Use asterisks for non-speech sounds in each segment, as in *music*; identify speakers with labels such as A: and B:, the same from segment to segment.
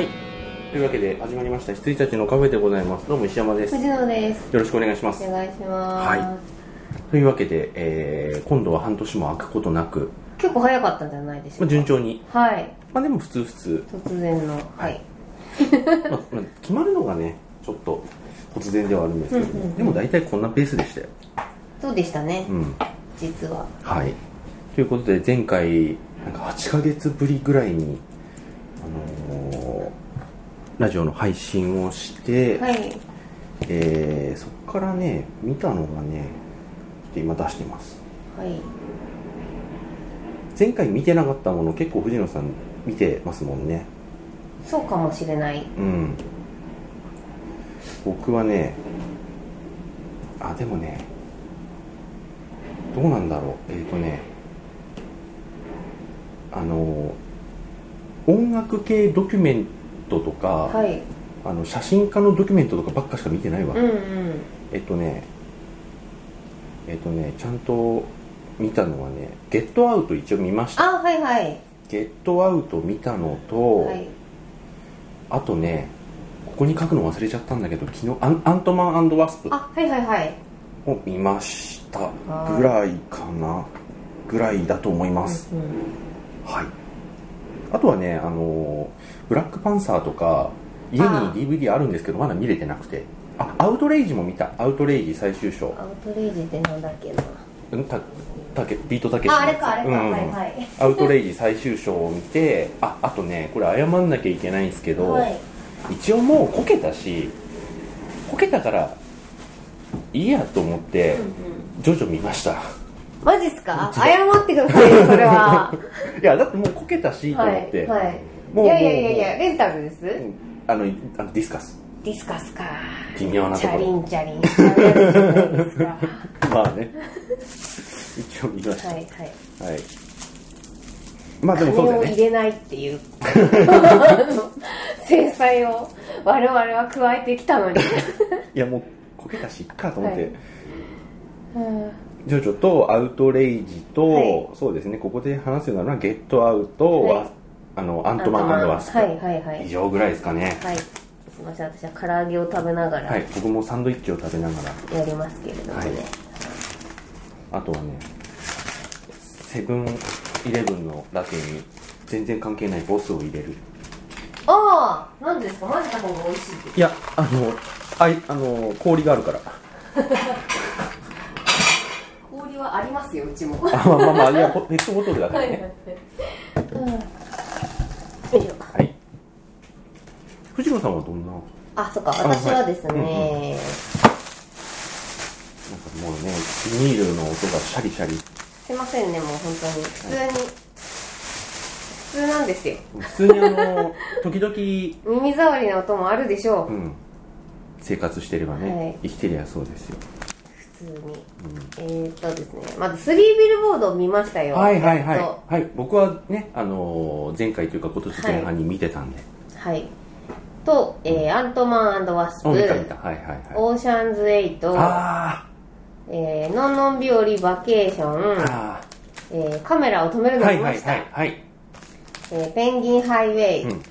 A: いうわけで始まりました羊たちのカフェでございますどうも石山ですよ
B: 藤野です。
A: ろしくお願いします
B: お願いします。
A: はというわけで、えー今度は半年も空くことなく、
B: 結構早かったんじゃないでし
A: ま
B: ょ
A: あ、
B: うか。
A: 順調に
B: はい。
A: まあでも普通普通、
B: 突然の。はい。
A: まあまあ決まるのがねちょっと突然ではあるんですけど、
B: うんうんうん
A: でも大体こんなペースでしたよ
B: そうでしたね
A: う。ん
B: 実は。
A: はいということで前回なんか8ヶ月ぶりぐらいにあのーラジオの配信をして、
B: はい。
A: えーそこからね見たのがねちょっと今出してます
B: はい。
A: 前回見てなかったもの結構藤野さん見てますもんね
B: そうかもしれない。
A: うん僕はねあでもねどうなんだろうえっ、とねあの音楽系ドキュメントとか、
B: はい。
A: あの写真家のドキュメントとかばっかしか見てないわ、
B: うんうん。
A: えっとねえっとねちゃんと見たのはね「ゲットアウト」一応見ました
B: あ、はいはい。
A: 「ゲットアウト」見たのと、
B: はい。
A: あとねここに書くの忘れちゃったんだけど昨日アンアントマンワスプ
B: あ、はいはいはい。
A: を見ましたぐらいかなぐらいだと思います、
B: うんうん
A: はいあとはねあのブラックパンサーとか家に
B: あ
A: DVD あるんですけどまだ見れてなくてあアウトレイジも見たアウトレイジ最終章
B: アウトレイジってなんだっけな。
A: うんたたけビートたけしの
B: あ、あ
A: や
B: れ
A: つ
B: かあれか。
A: うんうん
B: はいはい。
A: アウトレイジ最終章を見てああとねこれ謝んなきゃいけないんですけど、
B: はい。
A: 一応もうこけたしこけたからいいやと思って
B: うんうん。
A: 徐々見ました *laughs*
B: マジっすか謝ってくださいよ、それは。
A: *laughs* いやだってもうこけたしと
B: は
A: 思
B: い
A: っ。て、
B: はい。
A: もう
B: いやいやいやいや、
A: も
B: レンタルです
A: うもうあのいあのディスカス
B: ディスカスか。
A: 微妙なと
B: チ
A: こ
B: ャ
A: ろ
B: リンチャリンしたやつじゃないですかは
A: まあね *laughs* 一応見まし
B: い
A: たは、
B: はいい
A: まあでもそうだ
B: 金
A: よ
B: を
A: ね
B: 入れないっていうあの制裁を我々は加えてきたのに
A: いやもうこけたしいっかと思って、
B: はいうん
A: ジョジョとアウトレイジと、
B: はい
A: そうですねここで話すようになるのはゲットアウト、
B: はい
A: ワあのアントマンワスプ、
B: はいはいはい
A: 以上ぐらいですかね
B: はいすいません私は唐揚げを食べなが
A: は
B: ら
A: い僕もサンドイッチを食べながら
B: やりますけれども
A: は
B: ね
A: いあとはねセブンイレブンのラテに全然関係ないボスを入れる
B: ああ何ですか混ぜた方が美味しいって
A: いやあのあいあの氷があるから
B: 氷はありますようちも
A: あまあまあまあいやほペットボトルだから
B: はいはい
A: ね
B: はいうんよいしょ
A: はい、藤野さんはどんななんか
B: あそっか私はですね、
A: あはいもうねビニールの音がシャリシャリ
B: すいませんねもう本当に普通に普通なんですよ
A: 普通にあの時々
B: 耳障りな音もあるでしょ
A: う
B: う、
A: ん、生活してればね、
B: はい
A: 生きてりゃそうですよ、
B: 普通に
A: う
B: えー、っとですねまずスリービルボードを見ましたよ
A: ん、はいはい
B: やっ
A: はい、はい、僕はね、あのー前回というか今年前半に見てたんで、
B: とはいと、えー、アントマンワスプ
A: あ見た見たはいはいはい
B: オーシャンズエイト、
A: あ
B: えー、のんのんびおりバケーシ
A: ー
B: ョン、
A: あ
B: えー、カメラを止める
A: ー
B: の
A: は
B: 見
A: いは
B: ま
A: い
B: し
A: はい
B: た
A: はい
B: えーペンギンハイウェイ、
A: うん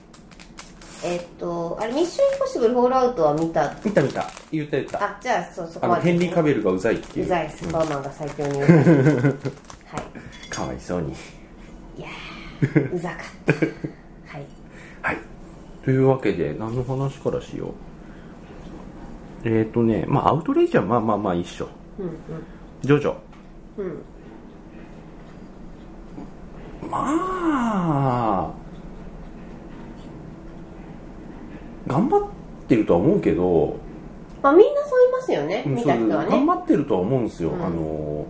B: えー、っとあれミッションインポッシブルフォールアウトは見た
A: 見た見た言った言ったあ
B: あじゃあそうそこ
A: の
B: まで
A: ヘンリー・カベルがうざいっていう
B: うざいス
A: うん
B: パーマンが最強にうざいは
A: かわいそうに
B: いいやーうざかったはい
A: はいというわけで何の話からしようえっ、ー、とねまあアウトレイジはまあまあまあ一緒
B: うん
A: ジョジョ
B: うんうん
A: まあ頑張ってるとは思うけど、
B: まあみんなそう言いますよね
A: うん
B: 見
A: そう
B: た人は
A: 頑
B: ね
A: 張ってるとは思うんですよ、
B: うん
A: あの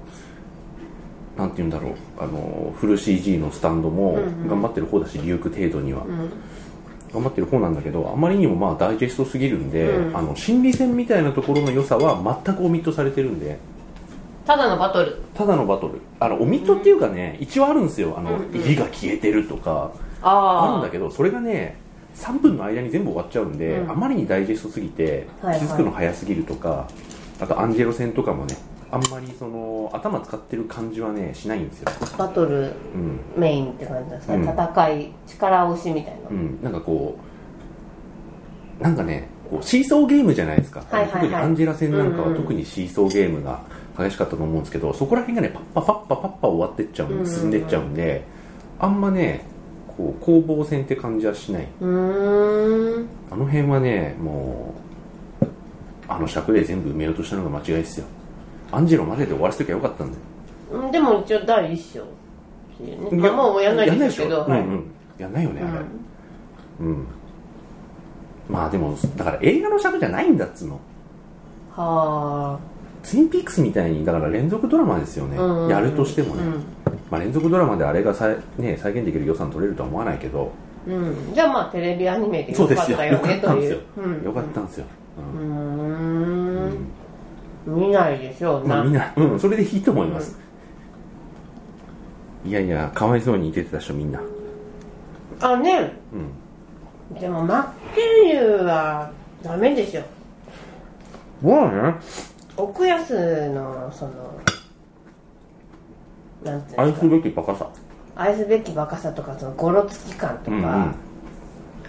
A: なんて言うんだろうあのフル CG のスタンドも
B: うんうん
A: 頑張ってる方だし、リューク程度には、
B: うん
A: 頑張ってる方なんだけどあまりにもまあダイジェストすぎるんで、
B: うん
A: あの心理戦みたいなところの良さは全くオミットされてるんで
B: ただのバトル
A: ただのバトルあのオミットっていうかね、一応あるんですよあの、
B: うんうん
A: 入りが消えてるとかあるん
B: あ
A: だけどそれがね3分の間に全部終わっちゃうんで、
B: うん
A: あまりにダイジェストすぎて
B: はいはい
A: 気づくの早すぎるとか、あとアンジェロ戦とかもねあんまりその頭使ってる感じはねしないんですよ、
B: あバト
A: う
B: ル
A: ん
B: メインって感じなんですか、
A: うん
B: 戦い力押しみたいな、
A: うん、なんかこうなんかねこうシーソーゲームじゃないですか、
B: はいはいはい
A: 特にアンジェラ戦なんか
B: うん
A: は
B: うん
A: 特にシーソーゲームが激しかったと思うんですけど、そこら辺がねパッパパッパパッパ終わってっちゃう
B: うんうん
A: ん進んでっちゃうんであんまねこう攻防戦って感じはしないう
B: ーん
A: あの辺はねもうあの尺で全部埋めようとしたのが間違いですよアンジェロまでで終わらせときゃよかったんだよ
B: うんでも一応第一章っていうねまあもうやんないですけど
A: やんな
B: はいい
A: でしょうんうんやんないよねあれ
B: うん
A: うんまあでもだから映画の尺じゃないんだっつうの
B: は
A: ツインピークスみたいにだから連続ドラマですよね、
B: あうん
A: やるとしてもね、
B: うん
A: まあ、連続ドラマであれがさ、ね、再現できる予算取れるとは思わないけど
B: うん、じゃあまあテレビアニメで
A: そ
B: よ
A: うで
B: かっ
A: すよ
B: た
A: よ
B: よ
A: か
B: ね
A: ったん
B: と
A: で
B: い
A: す
B: う
A: よ、
B: うん
A: よかったんですよ、うん
B: うー
A: うんん
B: 見ないでしょう
A: ま
B: な、
A: あ、みんな、うん、それでいいと思います、いやいやかわいそうに出てた人みんな
B: あね
A: うん
B: でもマッケンユーはダメでしょ
A: もうね
B: 奥安のそのなんていうん
A: 愛
B: です
A: す
B: か
A: べきバカさ
B: 愛すべきバカさとかそのゴロつき感と
A: う
B: か、
A: んうん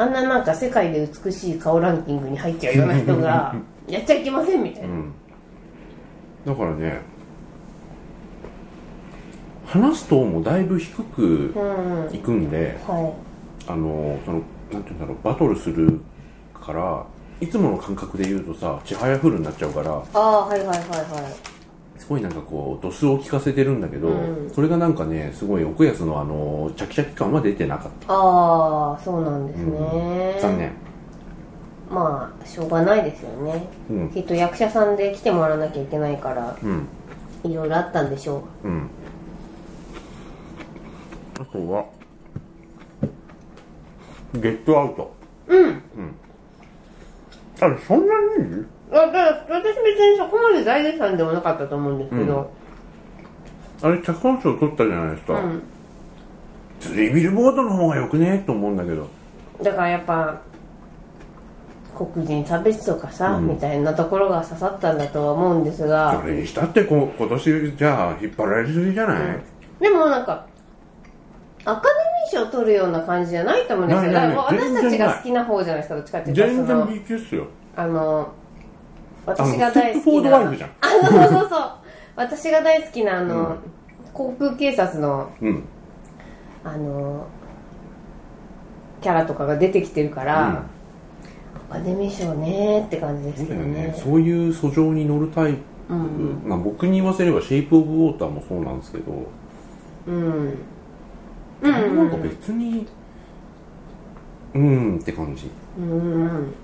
B: あんななんか世界で美しい顔ランキングに入っちゃうような人がやっちゃいけませんみたいうな、
A: んだからね話すトーンもだいぶ低く
B: うんはい
A: くんで、あのそのなんていうんだろうバトルするからいつもの感覚で言うとさちはやふるになっちゃうから
B: ああはいはいはいはい
A: すごいなんかこう度数を聞かせてるんだけど、
B: うん
A: それがなんかねすごい奥安のあのチャキチャキ感は出てなかっ
B: ああそうなんで
A: た、
B: す
A: う
B: ね、
A: ん、残念
B: まあしょうがないですよね
A: うん
B: きっと役者さんで来てもらわなきゃいけないから
A: うん
B: いろいろあったんでしょ
A: うんあとはゲットアウト
B: ううん
A: あれそんなに
B: あだから私別にそこまで大絶賛でもなかったと思うんですけど
A: あれ着本賞取ったじゃないです
B: う
A: か、
B: ん、
A: 釣りビルボードの方がよくねと思うんだけど
B: だからやっぱ黒人差別とかさ、
A: うん
B: みたいなところが刺さったんだとは思うんです
A: そ
B: が
A: れにしたってこ今年じゃあ引っ張られすぎじゃない、
B: でもなんかアカデミー賞取るような感じじゃないと思うんですよ
A: な
B: だ
A: い
B: か
A: ない
B: ら
A: 全
B: 私
A: 然
B: たち
A: な
B: が
A: い
B: 好きな方じゃないですかどっちかっていう
A: 全
B: とそ
A: 然
B: の
A: B 級っすよ
B: あ
A: あ
B: の
A: の
B: 私
A: ス
B: が
A: テ
B: 大
A: ップ
B: 好
A: フォ
B: き
A: ードワイ
B: な
A: フじゃん
B: あ、そうそうそう。私が大好きなあの、
A: うん
B: 航空警察の
A: うん
B: あのキャラとかが出てきてるから、アカデミー賞ねーって感じ
A: そ
B: です
A: う
B: け
A: だ
B: ど
A: よね
B: ね。
A: そういう訴状に乗るタイプ、
B: うん
A: まあ、僕に言わせれば「シェイプ・オブ・ウォーター」もそうなんですけど、
B: うん。う
A: あれなん
B: ん
A: か別にうんって感じ
B: うんうん。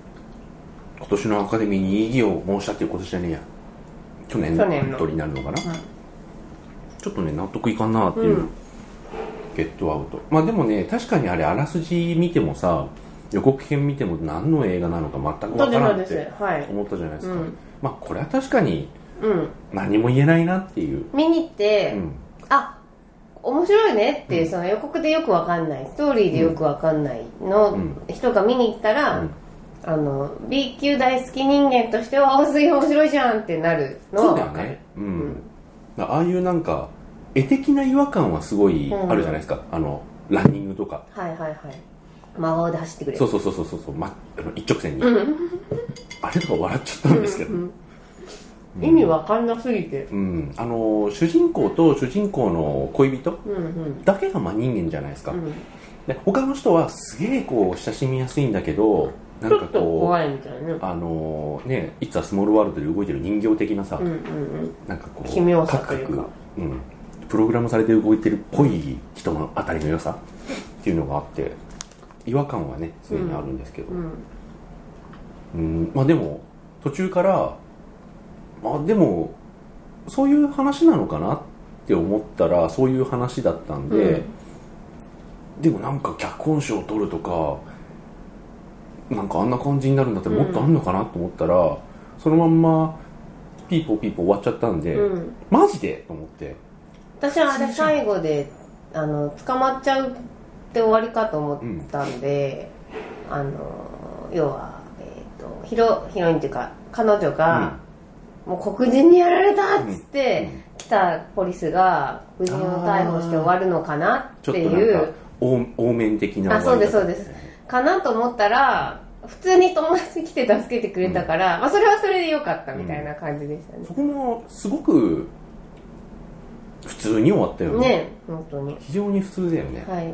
A: 今年のアカデミーに異議を申し立てる今年じゃねえや去年
B: 去年の
A: のことになるのかな、ちょっとね納得いかんなっていう、
B: うん
A: ゲットアウトまあでもね確かにあれあらすじ見てもさ予告編見ても何の映画なのか全く
B: と
A: わ
B: て
A: から
B: も
A: んっ
B: です
A: て。
B: はい。
A: 思ったじゃないですか、
B: うん
A: まあこれは確かに
B: うん。
A: 何も言えないなっていう、
B: 見に行って、
A: うん、
B: あ面白いねっていう、その予告でよくわかんないストーリーでよくわかんないの
A: うん
B: 人が見に行ったら、
A: うん
B: あの B 級大好き人間としては「おすげえ面白いじゃん」ってなるの
A: そ
B: は
A: うだよ
B: わかる
A: ねうん、だからああいうなんか絵的な違和感はすごい
B: うん
A: あるじゃないですか、あのランニングとか
B: はいはいはい真顔で走ってくれ
A: そううそうそうそうそう、ま、あの一直線に、
B: ん
A: あれとか笑っちゃったんですけど、
B: ん意味わかんなすぎて
A: うん、あの主人公と主人公の恋人
B: うんうん
A: だけが真人間じゃないですか、
B: うん、
A: で他の人はすげえこう親しみやすいんだけどなんか
B: ちょ
A: こ
B: っ
A: う
B: と怖いみたいなね
A: あのねいつはスモールワールドで動いてる人形的なさ、
B: うんうん
A: なんかこう
B: 奇妙さという
A: カク
B: か
A: カクうん、プログラムされて動いてるっぽい人のあたりの良さっていうのがあって違和感はね常にあるんですけど、
B: う
A: うん
B: ん
A: まあでも途中からまあでもそういう話なのかなって思ったらそういう話だったんで、でもなんか脚本賞を取るとかなんかあんな感じになるんだったらもっとあんのかなと思ったら、そのまんまピーポーピーポー終わっちゃったんで、
B: うん、うん、
A: マジでと思って
B: 私はあれ最後であの捕まっちゃうって終わりかと思ったんで、あの要は、えー、とヒロヒロインっていうか彼女が、もう黒人にやられたっつって、
A: うん
B: 来たポリスが黒人を逮捕して終わるのかな
A: ちょ
B: っ
A: ってとなん
B: い
A: か
B: う
A: お多面的な
B: あそうです
A: 終わ
B: そう
A: り
B: で
A: 方
B: すかなと思ったら普通に友達来て助けてくれたから、まあ、それはそれでよかったみたいな感じでしたね
A: そ、こもすごく普通に終わったよね
B: ね本当に
A: 非常に普通だよね、
B: はい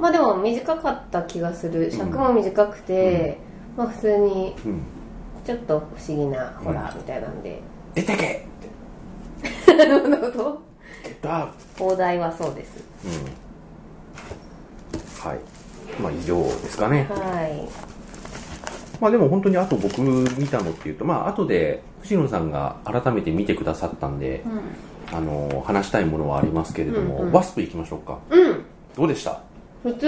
B: まあでも短かった気がする尺も短くて、まあ普通に
A: うん、
B: ちょっと不思議なホラーみたいなんで、
A: 出てけって
B: なるほど
A: ゲットアウ
B: 放題はそうです
A: ト、うん、はいまあ以上ですかね、
B: はい
A: まあでも本当にあと僕見たのっていうと、まあ後で藤野さんが改めて見てくださったんで、あの、話したいものはありますけれども、
B: うんうん
A: ワスプ行きましょうか。
B: うん、
A: どうでした
B: 普通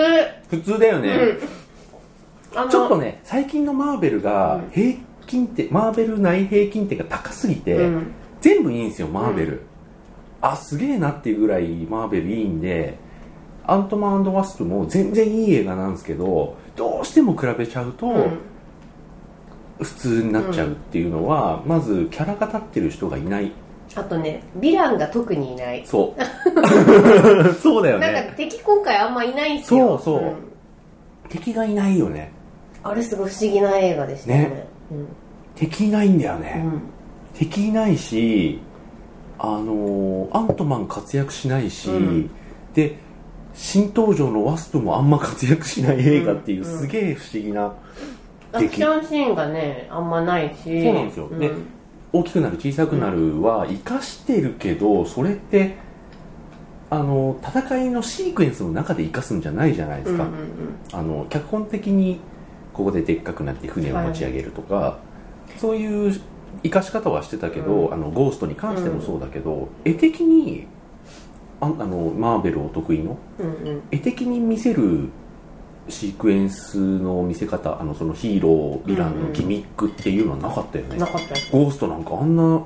A: 普通だよね、
B: うん、あの
A: ちょっとね、最近のマーベルが
B: うん
A: 平均点、マーベル内平均点が高すぎて、
B: うん
A: 全部いいんですよ、マーベル。あ、すげえなっていうぐらいマーベルいいんで、アントマンワスプも全然いい映画なんですけど、どうしても比べちゃうと、
B: うん
A: 普通になっちゃうっていうのは、まずキャラが立ってる人がいない
B: あとねヴィランが特にいない、
A: そう
B: *laughs*
A: そうだよ
B: なんか
A: ね
B: 敵今回あんまいないんす
A: そ
B: よ
A: うそうん敵がいないよね
B: あれすごい不思議な映画でしたね
A: ね敵いないんだよね
B: う、ん、うん
A: 敵いないしあのーアントマン活躍しないし、
B: うん
A: で新登場のワスプもあんま活躍しない映画っていう、
B: うんうん
A: すげえ不思議な
B: アクションシーンがねあんまないし
A: そうなんですよ
B: う
A: で大きくなる小さくなるは生かしてるけどそれってあの戦いのシークエンスの中で生かすんじゃないじゃないですか、
B: うんうんうん
A: あの脚本的にここででっかくなって船を持ち上げるとか、そういう生かし方はしてたけど、
B: う
A: あのゴーストに関してもそうだけど、絵的にああのマーベルお得意の
B: うんうん
A: 絵的に見せるシークエンスの見せ方あのそのヒーローヴィランのギミックっていうのはなかったよね、
B: なかったです
A: ゴーストなんかあんな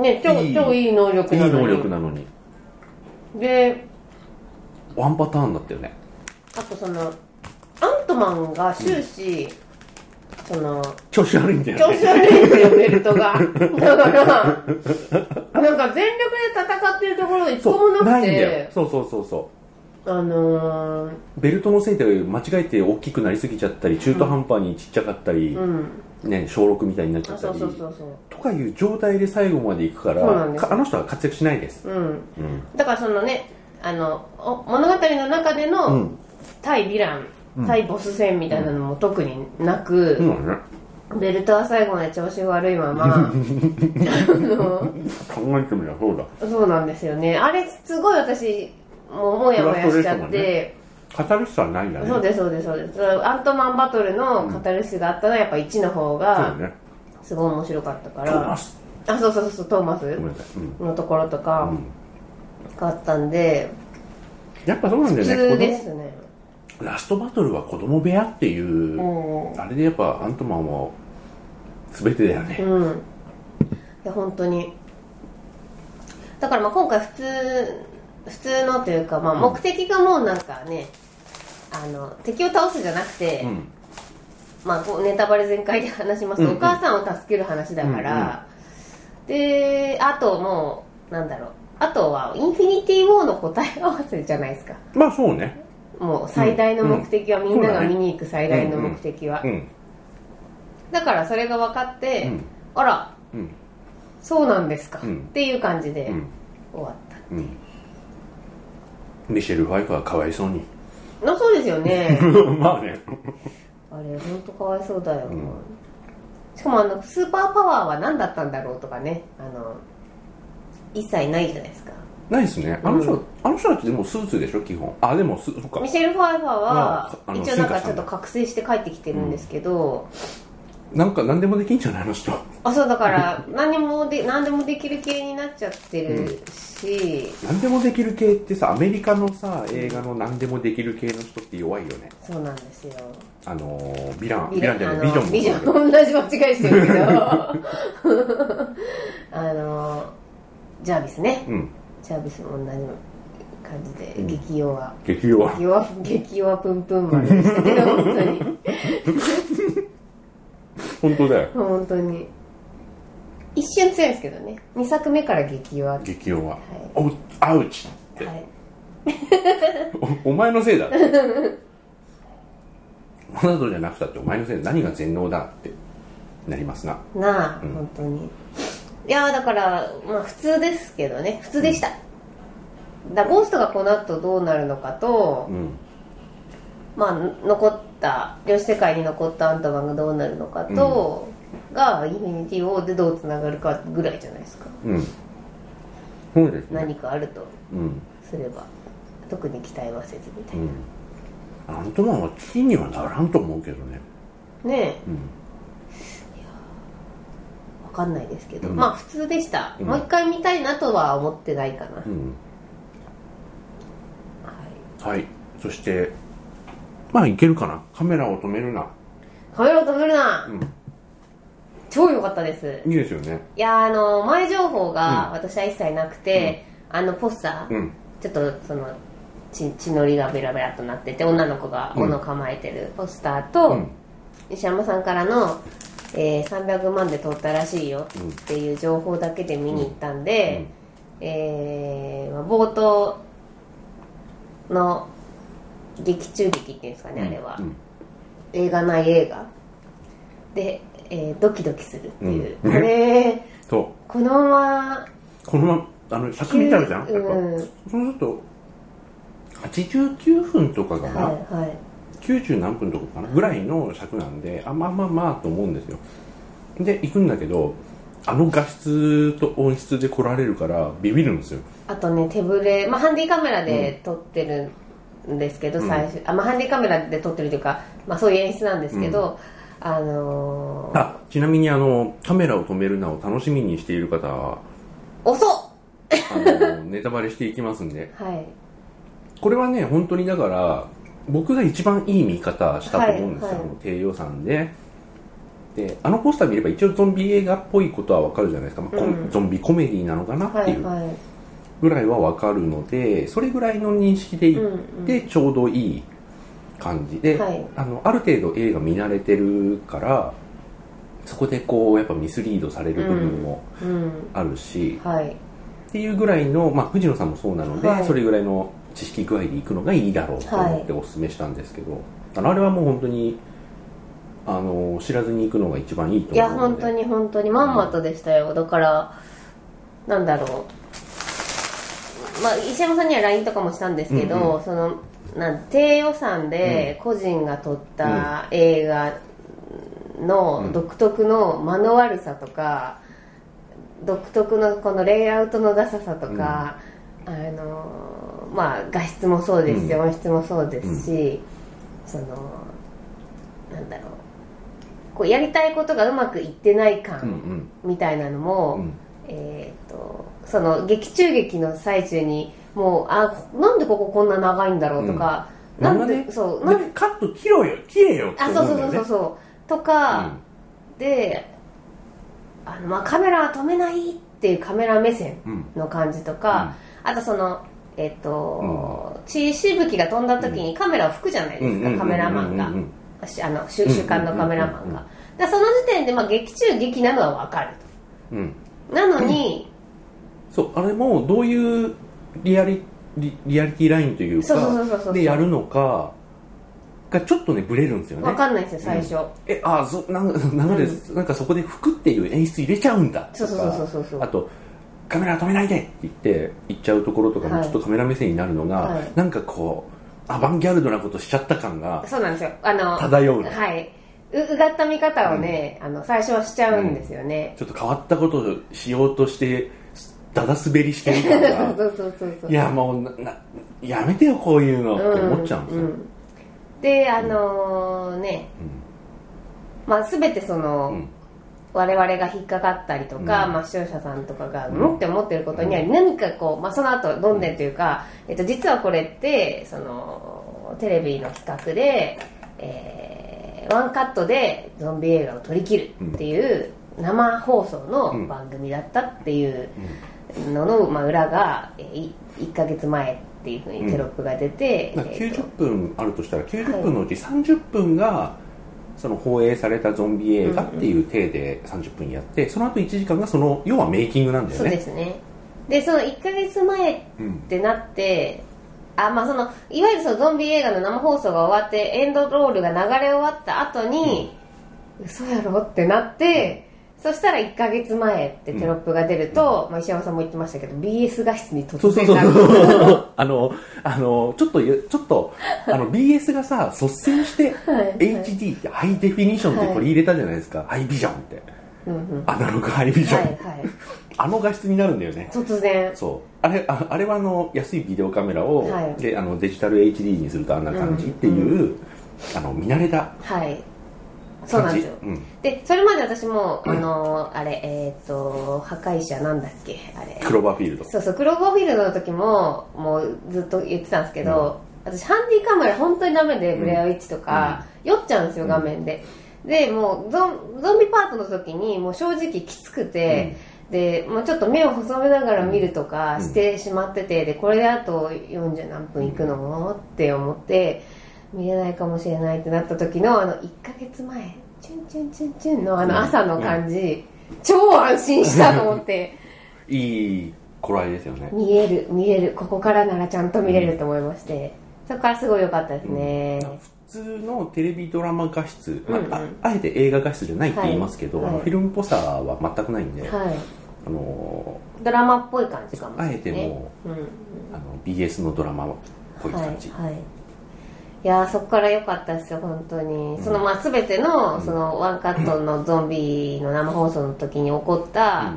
B: ね超
A: いい
B: 超いい能力
A: いい
B: なの
A: 能
B: に
A: 力なのに
B: で
A: ワンパターンだったよね
B: あとそのアントマンが終始、その
A: 調子悪いんだよ
B: 調
A: ね
B: 子悪いんですよベル
A: *laughs*
B: トがだからなんか全力で戦ってるところが一個も
A: そう
B: な
A: な
B: く
A: いんだよ
B: て
A: そうそうそうそう
B: あのー、
A: ベルトのせいで間違えて大きくなりすぎちゃったり中途半端にちっちゃかったり、
B: うん
A: ね、小6みたいになっちゃ
B: あ
A: った
B: そう
A: り
B: そうそうそう
A: とかいう状態で最後までいくか
B: そうな
A: ら
B: んです
A: かあの人は活躍しないです、
B: うん、
A: うん
B: だからそのねあのお物語の中で
A: う
B: の
A: ん
B: 対ヴィラン、
A: うん
B: 対ボス戦みたいなのも特になく、
A: そうだね
B: ベルトは最後まで調子悪いま
A: *laughs*
B: まあの
A: 考えてみればそうだ
B: そうなんですよねあれすごい私もうもやもやしちゃって、
A: カタルシスはないんだね
B: そうですそうですそうですそのアントマンバトルのカタルシスがあったのはやっぱ1の方が
A: そうだね
B: すごい面白かったか
A: ト
B: ら、
A: ーマス
B: あそうそうそうそうトーマス
A: ごめんなさい、うん
B: のところと
A: う
B: か
A: ん
B: があったんで、
A: やっぱそうなんだ
B: 普
A: よ
B: 通
A: ね
B: で
A: 子
B: すね
A: 供ラストバトルは子供部屋っていう、
B: うん
A: あれでやっぱアントマンは全てだよね、
B: うんいや本当にだからまあ今回普通普通のというか、まあ、目的がもうなんかね、あの敵を倒すじゃなくて、
A: うん
B: まあ、こうネタバレ全開で話します
A: う
B: と、
A: んうん
B: お母さんを助ける話だから、であともうなんだろうあとはインフィニティ・ウォーの答え合わせじゃないですか
A: まあそうね
B: もう最大の目的は、
A: ん
B: みんな
A: そうだ
B: が
A: ね
B: 見に行く最大の目的は、
A: うん
B: だからそれが分かって、
A: うん
B: あら
A: うん
B: そうなんですか、
A: うん
B: っていう感じで
A: うん
B: 終わった、
A: うんミシェル・ファイファーかわいそうに
B: なそうですよね
A: *laughs* まあね
B: あれ本当かわいそうだよ、
A: うん
B: しかもあのスーパーパワーは何だったんだろうとかねあの一切ないじゃないですか
A: ないですねあの人、
B: うん
A: あの人たちでもスーツでしょ基本あでもスそっか
B: ミシェル・ファイファーは
A: ああの
B: 一応なんかちょ
A: 進化した
B: っ
A: んだ
B: と覚醒して帰ってきてるんですけど、
A: なんか何でもできんじゃないあの人 *laughs*
B: あそうだから何もで何でもできる系になっちゃってるし、
A: 何でもできる系ってさアメリカのさ映画の何でもできる系の人って弱いよね
B: そうなんですよ
A: あのーヴィランヴィランじゃないビ
B: あ
A: ジョ
B: の
A: ンも
B: ビジ
A: そうだけど
B: ョン同じ間違いしてるけど *laughs* あのジャービスね
A: うん
B: ジャービスも同じ感じで、激弱
A: 激弱 *laughs*
B: 激弱激弱プンプン丸でしたけど本当に
A: 本当だよ
B: 本当に一瞬強いんですけどね2作目から激弱って
A: 激弱、
B: い
A: おアウチって
B: はい
A: *laughs* おお前のせいだなどじゃなくたってお前のせいで何が全能だってなりますな
B: なあ、
A: うん
B: 本当にいやーだからまあ普通ですけどね普通でした、だゴーストがこの後どうなるのかと、
A: うん
B: まあ残った量子世界に残ったアントマンがどうなるのかと、がインフィニティ・ウォーでどうつながるかぐらいじゃないですか
A: うんそうですね
B: 何かあると
A: うん
B: すれば特に期待はせずみた
A: う
B: いな、
A: んアントマンは危機にはならんと思うけどね
B: ねえ
A: うん
B: わかんないですけど、
A: うん
B: まあ普通でした、
A: うん
B: もう一回見たいなとは思ってないかな、
A: うん
B: は
A: は
B: い
A: いそしてまあいけるかなカメラを止めるな
B: カメラを止めるな、
A: うん
B: 超良かったです
A: いいですよね
B: いやーあの前情報
A: う
B: が私は一切なくて、あのポスター、
A: うん
B: ちょっとその血血のりがベラベラっとなってて女の子が
A: うん
B: 斧構えてるポスター
A: う
B: と、
A: ん
B: 西山さんからの、えー300万で撮ったらしいよっていう情報だけで見に行ったんで、えーまあ冒頭の劇中劇っていうんですかね、あれは、
A: うん
B: 映画ない映画で、えードキドキするっていう、
A: うん
B: これ
A: そ
B: このまま
A: うこのままあの作品見たるじゃんやっぱ、
B: うん
A: そうすると89分とかかな、
B: はいはい
A: 90何分とかかなぐらいの尺なんであまあまあまあと思うんですよで行くんだけどあの画質と音質で来られるからビビるんですよ
B: あとね手ぶれ、まあ、ハンディカメラで撮ってるんですけど、
A: うん
B: 最初あ、まあ、ハンディカメラで撮ってるというか、まあ、そういう演出なんですけど、あのー、
A: あちなみにあのカメラを止めるなを楽しみにしている方は
B: 遅っ
A: あ
B: *laughs*
A: のネタバレしていきますんで
B: はい
A: これはね本当にだから僕が一番いい見方したと思うんですよ、
B: はいはい
A: あの低予算でであのポスター見れば一応ゾンビ映画っぽいことはわかるじゃないですか、まあコ
B: うん
A: ゾンビコメディなのかなっ
B: は
A: てい
B: いうはい
A: ぐらいはわかるのでそれぐらいの認識でいっ
B: うんうん
A: てちょうどいい感じで、
B: はい
A: あのある程度映画見慣れてるからそこでこうやっぱミスリードされる部分も
B: うん
A: あるし、
B: はい
A: っていうぐらいの、まあ、藤野さんもそうなので、
B: はい
A: それぐらいの知識具合でいくのがいいだろうと思ってお勧めしたんですけど、あのあれはもう本当にあの知らずに行くのが一番いいと
B: いや
A: 思うの
B: 本
A: で
B: 当に本当にまんまとでしたよ、だからなんだろうまあ石山さんには LINE とかもしたんですけど、
A: うん
B: そのなん低予算で個人が撮った映画
A: う
B: の
A: ん
B: 独特の間の悪さとか、独特のこのレイアウトのダサさとか、あのまあ画質もそうですし、
A: うん
B: 音質もそうですし、そのなんだろうこうやりたいことがうまくいってない
A: うん
B: 感みたいなのも、
A: うんうん
B: えー、とその劇中劇の最中にもうあなんでこここんな長いんだろうとか、
A: うん
B: なんで、
A: なんかね
B: そうなん
A: でカット切ろうよ切れよって
B: あ
A: 思
B: そう
A: う
B: そ
A: ん
B: う
A: だ
B: そ
A: よね
B: うそうそうとか、であの、まあ、カメラは止めないっていうカメラ目線
A: うんうん
B: の感じとか、あとそのえっ、と、血しぶきが飛んだ時にカメラを拭くじゃないですか、カメラマンが、
A: うん
B: あの週週刊のカメラ
A: う
B: マ
A: んう
B: ン
A: んうん
B: がだからその時点で、まあ、劇中劇なのは分かる
A: うんうん
B: となのに、
A: そうあれもどういうリアリリリアリティラインというか
B: そうそうそうそうそう
A: でやるのかがちょっとねブレるんですよね
B: 分かんないんですよ最初、
A: えあそなんなので、なんかそこで服っていう演出入れちゃうんだ
B: そ
A: と
B: うそうそ
A: か
B: うそうそうそう
A: あとカメラ止めないでって言って行っちゃうところとかも
B: はい
A: ちょっとカメラ目線になるのが、
B: はい
A: なんかこうアバンギャルドなことしちゃった感が
B: そうなんですよあの
A: 漂う
B: はいううがった見方をね、あの最初はしちゃうんですよね、
A: ちょっと変わったことをしようとしてだだ滑りしてる感
B: *laughs* そ
A: が
B: うそうそうそう
A: いやもうななやめてよこういうのって思っちゃうんですよ、
B: んであのーね、まあ、全てその、
A: うん
B: 我々が引っかかったりとか、
A: うん
B: まあ、視聴者さんとかが
A: うん
B: うんって思ってることには何かこう、まあ、その後どんでんというか、えっと、実はこれってそのテレビの企画で、えーワンカットでゾンビ映画を撮り切るっていう生放送の番組だったっていうのの、まあ、裏が1ヶ月前っていうふうにテロップが出て、
A: だから
B: えっと
A: 90分あるとしたら90分のうち30分がその放映されたゾンビ映画っていう体で30分やってその後1時間がその要はメイキングなんだよ
B: そうで
A: ね
B: すねでその1ヶ月前
A: うん
B: ってなってあまあそのいわゆるそのゾンビ映画の生放送が終わってエンドロールが流れ終わった後に、嘘やろってなって、そしたら1ヶ月前ってテロップが出ると、まあ、石山さんも言ってましたけど BS 画質に
A: そ
B: 突
A: うそう
B: 然
A: そう
B: なる
A: そう。 *laughs* あの、あの、ちょっとよ、ちょっと、あの、BS がさ、率先して、
B: はい
A: HD って、ハイデフィニションって取り入れたじゃないですか。ハイビジョンって。
B: うんうん
A: アナログハイビジ
B: は
A: ョン。
B: いはい
A: あの画質になるんだよね。
B: 突然
A: そう。あれ、ああれはあの、安いビデオカメラを、
B: はい
A: で、あの、デジタル HD にするとあんな感じっていう、あの、見慣れた
B: はいそうな
A: 感
B: ん
A: じ。
B: ですよ
A: うん。
B: でそれまで私も、あのーあれえっ、と破壊者なんだっけあれ
A: クローバーフィールド。
B: そうそうクローバーフィールドの時ももうずっと言ってたんですけど、私ハンディカメラ本当にダメで、
A: ん
B: ブレアウィッチとか、酔っちゃうんですよ
A: うん
B: 画面で、でもうゾンゾンビパートの時にもう正直きつくて、でもうちょっと目を細めながら見るとかしてしまってて、でこれであと40何分いくのって思って見れないかもしれないってなった時のあの1ヶ月前チュンチュンチュンチュンのあ
A: うん
B: の朝の感じ、超安心したと思って。
A: いい頃合いですよね。
B: 見える見れるここからならちゃんと見れると思いまして、そこからすごい良かったですね、
A: 普通のテレビドラマ画質、まあ
B: うんうん
A: ああえて映画画質じゃないって言いますけど、
B: はい
A: あの
B: はい
A: フィルムっぽさは全くないんで、
B: はい
A: あの
B: ドラマっぽい感じかもしれない
A: あえても
B: う、んうん、
A: あの BS のドラマっぽい
B: はい
A: 感じ、
B: はいいやーそこから良かったですよ本当に、そのまあ全ての
A: うん
B: そのワンカットのゾンビの生放送の時に起こった、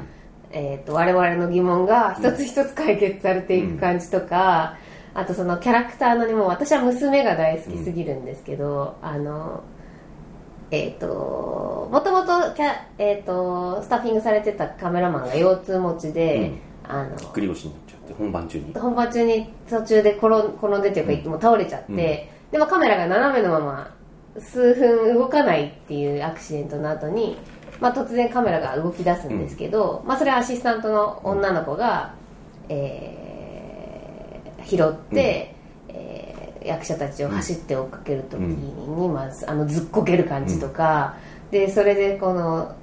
B: えー、と我々の疑問が一つ一つ解決されていく感じとか、あとそのキャラクターのにも私は娘が大好きすぎるんですけど、あのえっ、ともともとキャ、えー、とスタッフィングされてたカメラマンが腰痛持ちで、あの
A: ぎっくり腰になっちゃって本番中に
B: 本番中に途中で転ん転んでというか、もう倒れちゃって、
A: うん
B: でもカメラが斜めのまま数分動かないっていうアクシデントの後にまあ、突然カメラが動き出すんですけど、まあ、それはアシスタントの女の子が、えー拾って、えー役者たちを走って追っかける時に、まずあのずっこける感じとか、でそれでこの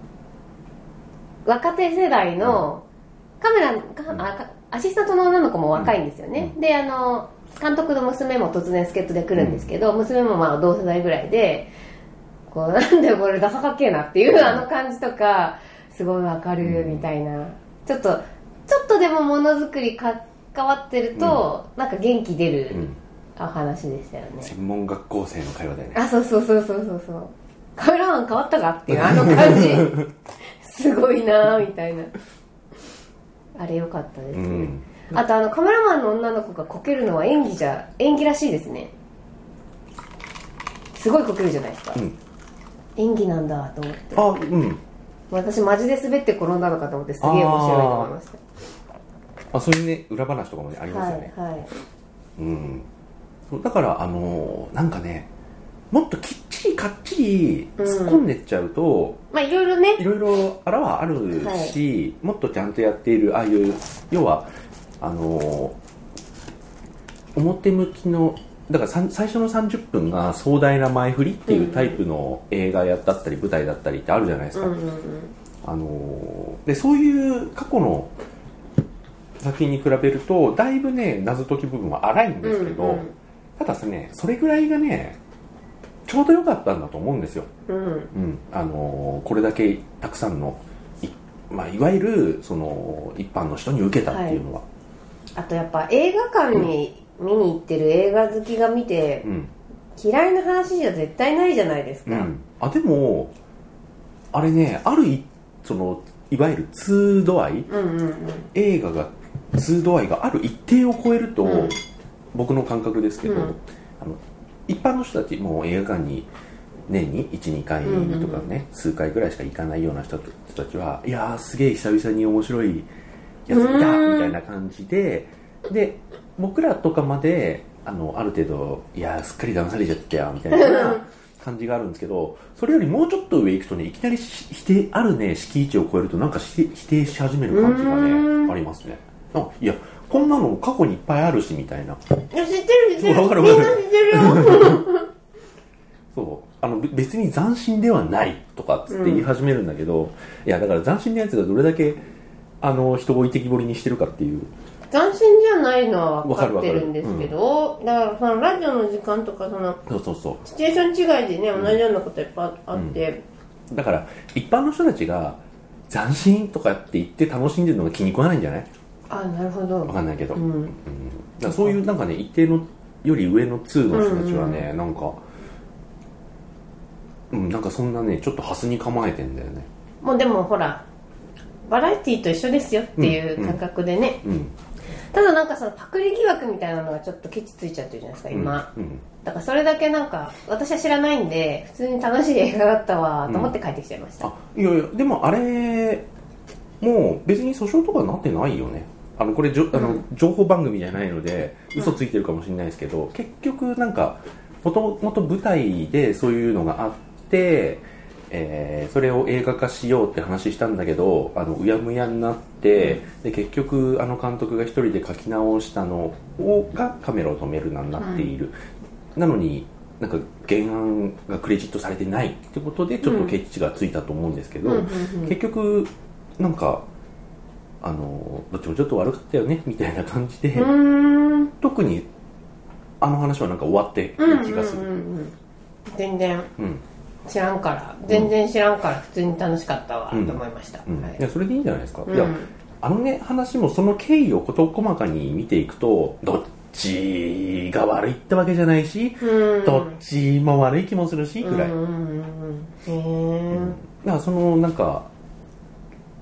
B: 若手世代のカメラかあかアシスタントの女の子も若いんですよね、であの監督の娘も突然助っ人で来るんですけど、娘もまあ同世代ぐらいでこうなんだよこれダサかっけえなっていうあの感じとかすごいわかるみたいな、ちょっとちょっとでもものづくりか関わってると、なんか元気出
A: う
B: る
A: ん
B: お話でしたよね、
A: 専門学校生の会話だよね
B: あそうそうそうそうそうそうカメラマン変わったかっていうあの感
A: *laughs*
B: じすごいなーみたいなあれ良かったです、
A: うん
B: あとあのカメラマンの女の子がこけるのは演技じゃ演技らしいですねすごいこけるじゃないですか、
A: うん
B: 演技なんだと思って
A: あうん
B: 私マジで滑って転んだのかと思ってすげえ面白いと思いまし
A: あそういうね裏話とかもねあり
B: た
A: ま
B: は
A: す
B: い
A: よね、
B: はい
A: うんそうだからあのーなんかねもっときっちりかっちり突っ込んでっちゃうと、
B: まあいろいろね
A: いろいろあらはあるし、もっとちゃんとやっているああいう要はあのー表向きのだからさん最初の30分が壮大な前振りっていうタイプの映画やだったり舞台だったりってあるじゃないです
B: う
A: か、
B: んうんうん
A: あのーでそういう過去の作品に比べるとだいぶね謎解き部分は荒いんですけど、ただですねそれぐらいがねちょうど良かったんだと思うんですよ
B: うんうん
A: うんあのーこれだけたくさんのい,、まあ、いわゆるその一般の人に受けたっていうのは、
B: あとやっぱ映画館に見に行ってる映画好きが見て
A: うん
B: 嫌いな話じゃ絶対ないじゃないです
A: う
B: か、
A: ん、あでもあれねあるいそのいわゆる2度合い
B: うん、うんうん
A: 映画が2度合いがある一定を超えると、
B: うん
A: 僕の感覚ですけど、
B: うん
A: あの一般の人たちもう映画館に年に12回とかね、
B: うん
A: 数回ぐらいしか行かないような人たちはいやーすげえ久々に面白いやつ見た
B: うん
A: みたいな感じでで僕らとかまであのある程度いやーすっかり騙されちゃったよみたいな感じがあるんですけどそれよりもうちょっと上行くとねいきなりし否定あるね敷地を超えるとなんかし否定し始める感じが
B: う
A: ね
B: ん
A: ありますねあいやこんなの過去にいっぱいあるしみたいない
B: や知ってる知ってる
A: わかる
B: み
A: わ
B: ん
A: かる
B: な知ってるよ
A: そうあのべ別に斬新ではないとかっつって言い始めるんだけど、いやだから斬新なやつがどれだけあの人を置いてきぼりにしてるかっていう
B: 斬新じゃないのは分かってるんですけど、だからそのラジオの時間とかその
A: そうそうそう
B: シチュエーション違いでね同じようなこといっぱいあって、
A: だから一般の人たちが斬新とかって言って楽しんでるのが気に食わないんじゃない
B: あなるほ
A: わ
B: ど、
A: かんないけど、
B: う
A: だ
B: ん、
A: からそういうなんかね一定のより上の2の人たちはね、なんかうんなんかそんなねちょっとハスに構えてんだよね
B: もうでもほらバラエティーと一緒ですよっていう感覚でね、
A: うん
B: ただなんかそのパクリ疑惑みたいなのがちょっとケチついちゃってるじゃないですか今、
A: うん
B: だからそれだけなんか私は知らないんで普通に楽しい映画だったわと思って帰ってきちゃいました、
A: あいやいやでもあれもう別に訴訟とかなってないよねあのこれじょあの、情報番組じゃないので嘘ついてるかもしれないですけど、結局なんかもともと舞台でそういうのがあって、えーそれを映画化しようって話したんだけどあのうやむやになってで結局あの監督が一人で書き直したのをが「カメラを止めるな」になっている、なのになんか原案がクレジットされてないってことでちょっとケチがついたと思うんですけど、
B: うんうんうん
A: 結局なんかあのどっちもちょっと悪かったよねみたいな感じで、
B: うーん
A: 特にあの話はなんか終わってる
B: うんうん
A: 気
B: う
A: がする、うん
B: んうん全然知らんから全然知らんから普通に楽しかったわと
A: うん
B: 思いました、
A: うん
B: はい
A: やそれでいいんじゃないですか、
B: うん
A: いやあのね話もその経緯を事細かに見ていくとどっちが悪いってわけじゃないし、
B: うん
A: どっちも悪い気もするしぐらい、
B: うんうんうんうんへえ、
A: だからそのなんか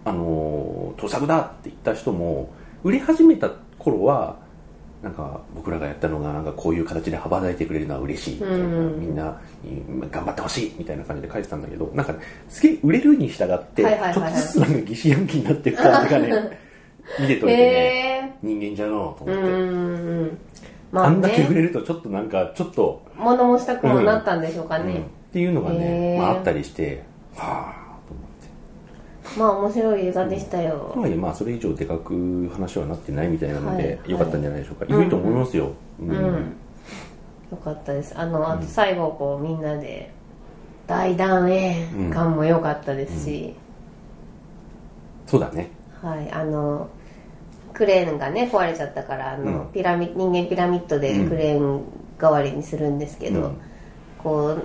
A: あのー盗作だって言った人も売り始めた頃はなんか僕らがやったのがなんかこういう形で羽ばたいてくれるのは嬉しいみたいな、
B: うん
A: みんなうん頑張ってほしいみたいな感じで返してたんだけどなんか、ね、すげえ売れるに従ってち
B: はいはいはいは
A: ょ
B: い
A: っとずつなんか疑心暗鬼になっていく感じがね見てとれてね
B: へ
A: 人間じゃのうと
B: えう
A: 思
B: ん
A: っ
B: う
A: て。
B: んうんま
A: あ
B: あ
A: んだけ売
B: ね
A: れるとちょっとなんかちょっと、
B: 物もしたくもなったんでしょうか
A: うんっ
B: ね、
A: ていうのが
B: へ
A: ね、
B: ー
A: まあ、あったりしてはあと思って
B: まあ面白い映画でしたよ、
A: とはいえまあそれ以上でかく話はなってないみたいなので、
B: はい
A: よかったんじゃないでしょうか、
B: うん
A: 良いと思いますよ、うん
B: うん、よかったですあのあと最後こうみんなで大団円感も良かったですし、
A: そうだね
B: はいあのクレーンがね壊れちゃったからあの、
A: うん
B: ピラミ人間ピラミッドでクレーン代わりにするんですけど、
A: うん
B: こ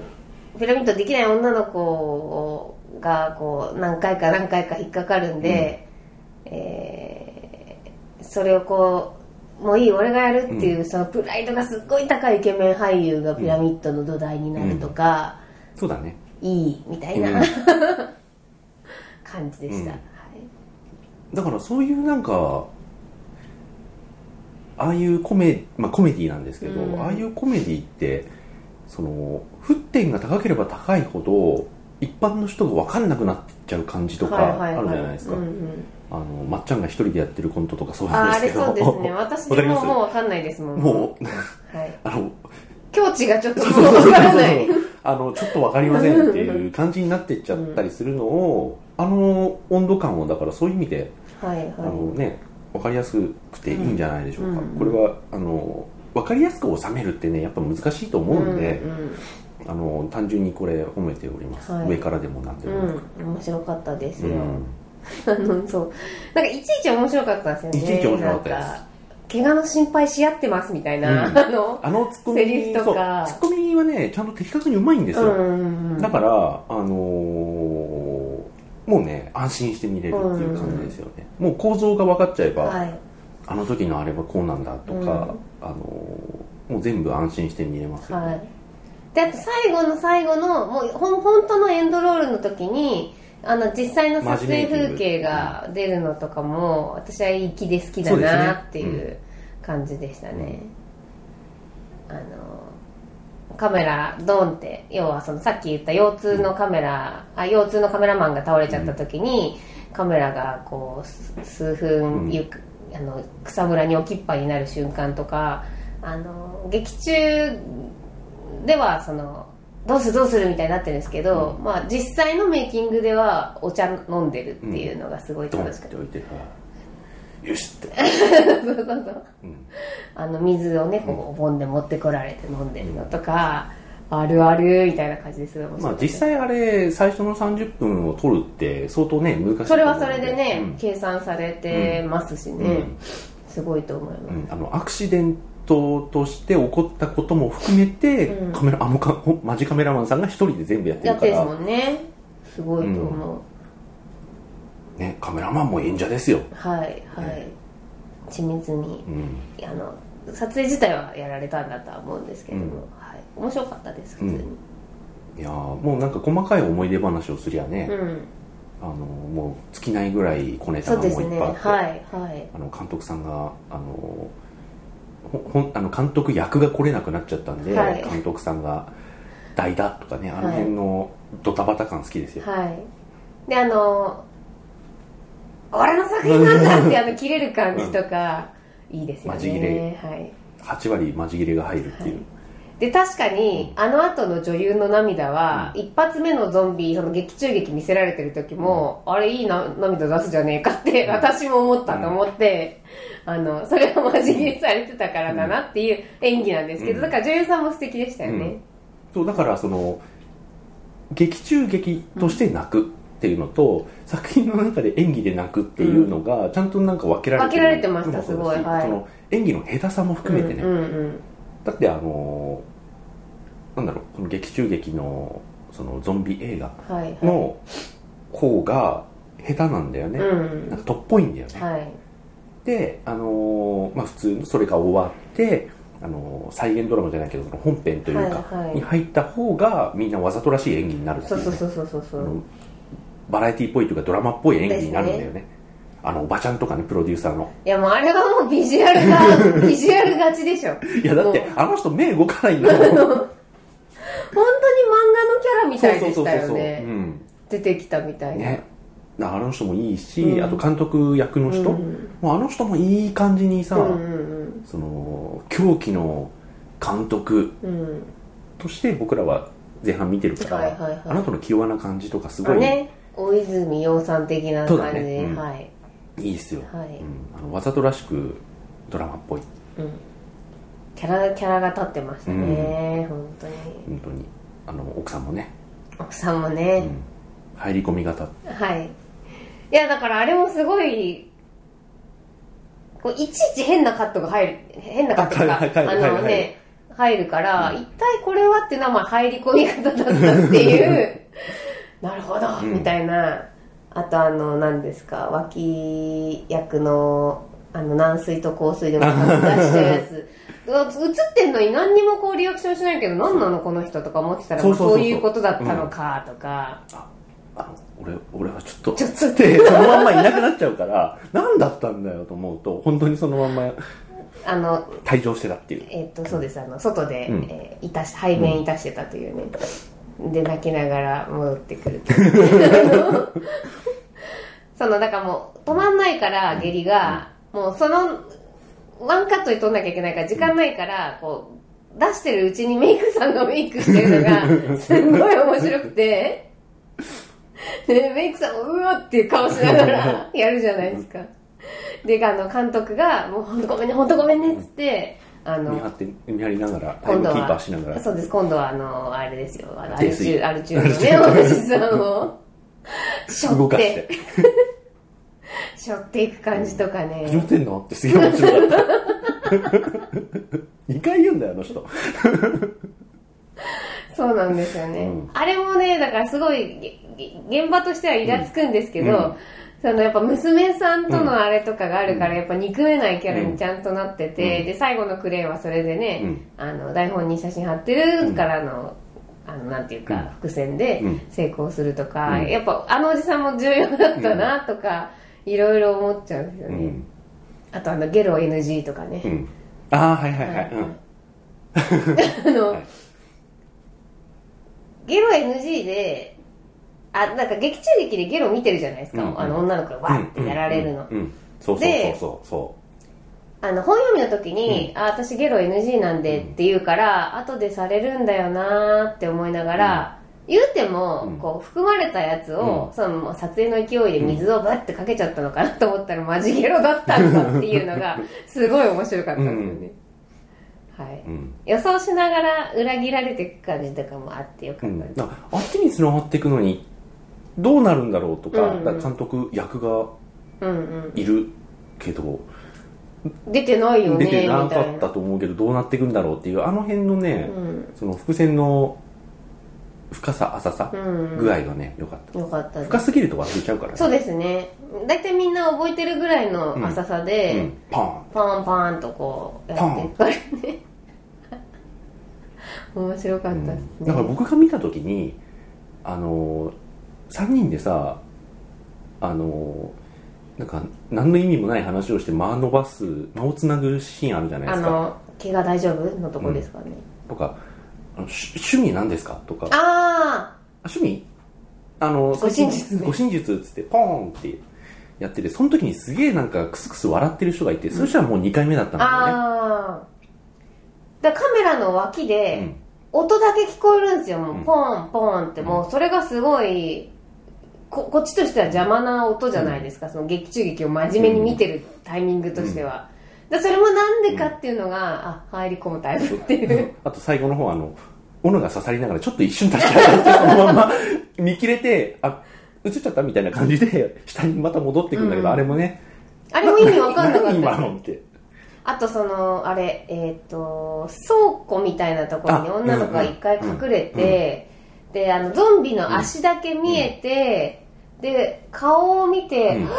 B: うピラミッドできない女の子をがこう何回か何回か引っかかるんで、えーそれをこうもういい俺がやるっていう、そのプライドがすっごい高いイケメン俳優がピラミッドの土台になるとか、
A: そうだね
B: いいみたいな、
A: うん
B: *laughs* 感じでした、
A: うん
B: はい
A: だからそういうなんかああいうコメ,、まあ、コメディなんですけど、
B: うん
A: ああいうコメディってその沸点が高ければ高いほど一般の人が分かんなくなってっちゃう感じとかあるじゃないですか、
B: うんうん
A: あのまっちゃんが一人でやってるコントとかそうなんで
B: ああ
A: すけ
B: れ
A: ど
B: そうです
A: *laughs*
B: ね私
A: わかりま
B: も
A: す
B: もう分かんないですもん
A: もう
B: はい、
A: あの
B: 境地がちょっともう分からない
A: あのちょっとわかりませんっていう感じになってっちゃったりするのを、あの温度感をだからそういう意味で、
B: はい
A: あの
B: は
A: ねわかりやすくていいんじゃないでしょうか、
B: うん
A: これはあのわかりやすく収めるってねやっぱ難しいと
B: い
A: 思うんで、
B: うんうん
A: あの単純にこれ褒めております、
B: はい
A: 上からでもなんでもなく、
B: うん、面白かったです
A: う
B: よ、
A: ん
B: あのそうなんかいちいち面白かったんですよね
A: いちいち面白かったです
B: なん怪我の心配し合ってますみたいな、
A: うん
B: あの
A: あのツッコミ
B: セリフとか
A: そうツッコミはねちゃんと的確にうまいんです
B: う
A: よ、
B: ん
A: だから、あのーもうね安心して見れるっていう感じですよね、もう構造が分かっちゃえば、
B: はい
A: あの時のあれはこうなんだとか、
B: う
A: あ
B: ん
A: のーもう全部安心して見れますよね、
B: はいであと最後の最後のもうほん本当のエンドロールの時にあの実際の撮影風景が出るのとかも私は粋で好きだなって
A: そう
B: い
A: です
B: う感じでしたねあのカメラドンって要はそのさっき言った腰痛のカメラ、あ腰痛のカメラマンが倒れちゃった時に、カメラがこうす数
A: う
B: 分
A: ん
B: ゆく、あの草むらに置きっぱになる瞬間とかあの劇中ではそのどうするどうするみたいになってるんですけど、まあ、実際のメイキングではお茶飲んでるっていうのがすごい
A: ドン
B: 楽しか
A: っ
B: ってた、
A: 置いてはいよしって、
B: そうそうそう
A: うん
B: あの水をねこうお盆で持ってこられて飲んでるのとか、あるあるみたいな感じですごい面
A: ま
B: 白
A: あ
B: かった
A: 実
B: です
A: 際あれ最初の30分を撮るって相当ね難しいと思うので
B: それはそれでね、
A: うん
B: 計算されてますしね、
A: うん
B: すごいと思います、
A: うんあのアクシデントとして起こったことも含めて、
B: うん
A: カメラあのかほマジカメラマンさんが一人で全部やって
B: や
A: る
B: っ
A: か
B: てるんで
A: ら
B: すもんねすごいと思う、
A: ね、カメラマンも演者ですよ、
B: はいはい緻密に
A: うん
B: あの撮影自体はやられたんだとは思うんですけども、
A: うん
B: はい、面白かったです普通に
A: いやーもうなんか細かい思い出話をすりゃね、
B: うん、
A: あのもう尽きないぐらい小ネタ
B: そう
A: が
B: で
A: もう
B: す
A: い
B: ね
A: っぱいあ
B: は
A: っ
B: い
A: て、
B: はい
A: あの監督さんがあのほほんあの監督役が来れなくなっちゃったんで、
B: はい
A: 監督さんが「代打」とかねあの辺のドタバタ感好きですよ、
B: はいであの俺の作品なんだってあの切れる感じとか、いいですよ
A: マジ切れ
B: ねはい
A: 8割間ち切れが入るっていう、
B: で確かにあの後の女優の涙は、一発目のゾンビその劇中劇見せられてる時も、あれいいな涙出すじゃねえかって私も思ったと思って、あのそれはマジ切れされてたからだなっていう演技なんですけど、
A: うん
B: だから女優さんも素敵でしたよね、
A: そうだからその劇中劇として泣くっていうのと、作品の中で演技で泣くっていうのがちゃんとなんか分けられてる
B: 分けられてました
A: のもそうだし
B: すごいはい
A: その演技の下手さも含めてね、
B: うんうん
A: だってあのーなんだろうその劇中劇のそのゾンビ映画
B: うんはいはい
A: の方が下手なんだよね、
B: うん
A: なんかとっぽいんだよね、
B: はい
A: で、あのーまあ、普通のそれが終わって、あのー再現ドラマじゃないけどその本編というか、
B: はいはい
A: に入った方がみんなわざとらしい演技になるってい,、
B: そうう
A: ね
B: そうそうそうそうそ
A: あの
B: う
A: バラエティっぽいというかドラマっぽい演技になるんだよねあのおばちゃんとかねプロデューサーの
B: いやもうあれはもうビジュアル
A: *laughs*
B: がビジュアル勝ちでしょ本
A: いやだって
B: も
A: あの人目動かないんだもん
B: 当に漫画のキャラ *laughs* みたいでしたよ
A: う
B: ね
A: ん
B: 出てきたみたいな、
A: ね、だからあの人もいいし、
B: うん
A: あと監督役の人、
B: うん
A: もうあの人もいい感じにさ、
B: うんうん
A: その狂気の監督
B: うんうん
A: として僕らは前半見てるから、
B: はいはいはい
A: あなたの器用な感じとかす
B: あ
A: ごい
B: ね大泉洋さん的な
A: そうだ
B: 感じ、
A: ねうん
B: はい
A: いいですよ、
B: はい
A: うんあのわざとらしくドラマっぽい
B: キャラキャラが立ってましたね、本当に
A: 本当にあの奥さんもね、
B: 奥さんも
A: う
B: ね、
A: ん、入り込み型
B: はいいやだからあれもすごいこういちいち変なカットが入る変なカットが
A: あ入る入る
B: あのね入るから、一体これはっていうのはまあ入り込み方だったっていう
A: *laughs*
B: *laughs* なるほど、
A: うん
B: みたいなあとあの何ですか脇役のあの軟水と硬水でも出してるや
A: *laughs*
B: つ映ってんのに何にもこうリアクションしないけど何なのこの人とか思ってたら
A: そうそうそうそう
B: まあそういうことだったのかとか、
A: あの俺俺はちょっと
B: ちょっと
A: つってそのまんまいなくなっちゃうから何だったんだよと思うと本当にそのまんま
B: あの
A: 退場してたっていう
B: えっとそうですあの外で、
A: うん
B: えーいたし排便いたしてたというね、で泣きながら戻ってくる
A: *laughs*
B: あのそのだからもう止まんないから下痢が、もうそのワンカットで撮んなきゃいけないから時間ないからこう出してるうちにメイクさんがメイクしてるの
A: *laughs*
B: がすんごい面白くてでメイクさんもうわっていう顔しながらやるじゃないですかであの監督が「もう本当ごめんね本当ごめんね」っつってあの
A: 見張って見張りながらタイ
B: 今
A: ムキ
B: 度は
A: ーパーしながら
B: そうです今度はあのあれですよあのア
A: 泥
B: ルチ
A: 酔
B: ュアルチューのねおじさん
A: *laughs*
B: をしょ
A: 動
B: っ *laughs*
A: かしてて
B: しょっていく感じとかね、
A: 拾ってんのってすげえ面白かった *laughs* 2回言うんだよあの人
B: そうなんですよね、
A: うん
B: あれもねだからすごいげげ現場としてはイラつくんですけど、
A: うん
B: そのやっぱ娘さんと
A: うん
B: のあれとかがあるから、やっぱ憎めないキャラ
A: うん
B: にちゃんとなってて、
A: うん
B: で最後のクレーンはそれでね、あの台本に写真貼ってるからの、あのなんていう
A: うん
B: か伏線で
A: うん
B: 成功するとか、
A: うん
B: やっぱあのおじさんも重要だったなとか、いろいろ思っちゃうんですよ
A: う
B: ね、
A: ん
B: あとあのゲロ NG とかね、
A: うんああはいはいはい、うん
B: あの、
A: はい
B: ゲロ NG であなんか劇中劇でゲロ見てるじゃないですか、
A: うんうん
B: あの女の子がわーってやられるの、
A: うんうんうんそうそうそうそうそ
B: あの本読みの時に、あ私ゲロ NG なんでって言うから、後でされるんだよなーって思いながら、言うても、
A: うん
B: こう含まれたやつを、
A: うん、
B: そのもう撮影の勢いで水をバッてかけちゃったのかなと思ったら、マジゲロだったんだっていうのがすごい面白かったんですよね、はいう
A: うん
B: 予想しながら裏切られていく感じとかもあってよか
A: う
B: ったで
A: ん
B: す、
A: だあっちに繋がっていくのにどうなるんだろうとか,、
B: うんうん
A: 監督役が
B: うんうん
A: いるけど
B: 出てないよ
A: 出
B: ねみた
A: て
B: いな
A: なかったと思うけどどうなっていくんだろうっていうあの辺のね、
B: うん
A: その伏線の深さ浅さ
B: うん
A: 具合がね良かった
B: よかったです
A: 深すぎると忘れちゃうからね
B: そうですね大体みんな覚えてるぐらいの浅さで、
A: うん、パーン
B: パンパンとこうやっていくからね面白かったですね、
A: だから僕が見た時にあの3人でさあのなんか何の意味もない話をして間伸ばす間をつなぐシーンあるじゃないで
B: あ
A: すか
B: の「怪我大丈夫?」のとこですかね、
A: とかあのし趣味なんですか?」とか
B: あ
A: 「趣味あの
B: 護身術
A: ご真実」っつってポーンってやっててその時にすげえなんかクスクス笑ってる人がいてそしたらもう2回目だった
B: あ
A: んだよね
B: ああだからカメラの脇で、
A: うん
B: 音だけ聞こえるんですよもう、
A: うん
B: ポンポンってもうそれがすごいここっちとしては邪魔な音じゃないですか、その劇中劇を真面目に見てるタイミングとしては、だからそれもなんでかっていうのが、あ入り込むタイプっていう
A: *laughs* あと最後の方あの斧が刺さりながらちょっと一瞬立ち上がってそのまん *laughs* ま見切れてあ映っちゃったみたいな感じで *laughs* 下にまた戻ってくんだけど、
B: うん
A: あれもね
B: あれも意味わかんなかっ
A: 何 *laughs* 今
B: た
A: のって
B: あとそのあれえっ、と倉庫みたいなところに
A: あ
B: 女の子が一回隠れて、であのゾンビの足だけ見えて、で顔を見て、
A: うん
B: っ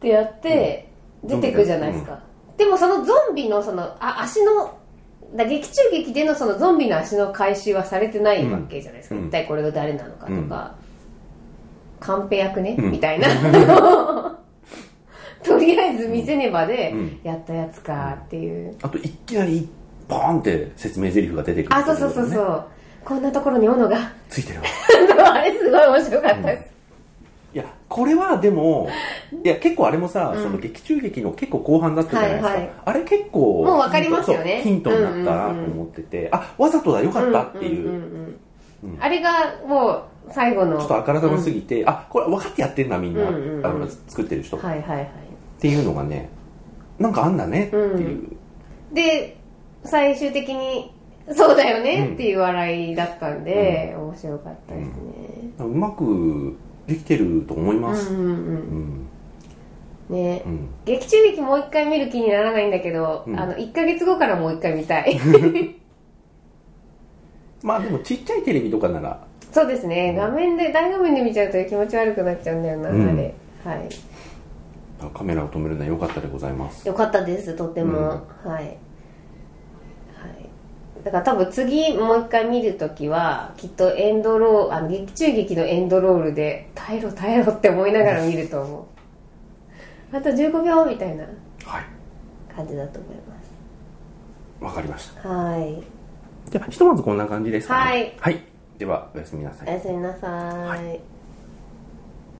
B: てやって、
A: うん
B: 出てくじゃないですか、でもそのゾンビのそのあ足のだ劇中劇でのそのゾンビの足の回収はされてないわけじゃないですか、
A: うん
B: 一体これが誰なのかと
A: うん
B: か、カンペ役ね、
A: うん
B: みたい
A: *laughs*
B: なとりあえず見せねばで、
A: うん
B: やったやつかっていう、
A: あといきなりポーンって説明台詞が出てくる
B: あそうそうそうそう、こんなところに斧が *laughs*
A: ついてるわ
B: あれすごい面白かったです、
A: いやこれはで
B: *laughs*
A: もいや結構あれもさ、
B: うん
A: その劇中劇の結構後半だったじゃないですか、
B: はいはい
A: あれ結構
B: もうわかりますよね
A: ヒントそうヒントになったなと思ってて、あわざとだよかったっていう,、
B: んんんうん
A: うん
B: あれがもう最後の
A: ちょっとあからさますぎて、あこれ分かってやってんなみんな、
B: うんうんうん
A: あの作ってる人、
B: はいはいはい
A: っていうのがねなんかあんだねっていう、
B: で最終的に「そうだよ
A: う
B: ね」
A: ん
B: っていう笑いだったんで、面白かったですね、
A: うまくできてると思い
B: うん、
A: ま
B: う
A: すうんん
B: うんね
A: うん、
B: 劇中劇もう一回見る気にならないんだけど、
A: うん
B: あの1ヶ月後からもう一回見た
A: *laughs*
B: い
A: まあでもちっちゃいテレビとかなら
B: そうですね画面で大画面で見ちゃうと気持ち悪くなっちゃうんだよな、
A: うん
B: あれはい
A: カメラを止めるのは良かったでございます
B: よかったですとても、はい、はい、だから多分次もう一回見るときはきっとエンドローあの劇中劇のエンドロールで耐えろ耐えろって思いながら見ると思うあと15秒みたいな
A: はい
B: 感じだと思います
A: わかりました
B: はい
A: じゃあひとまずこんな感じですかね
B: はい、
A: はい、ではおやすみなさい
B: おやすみなさい
A: は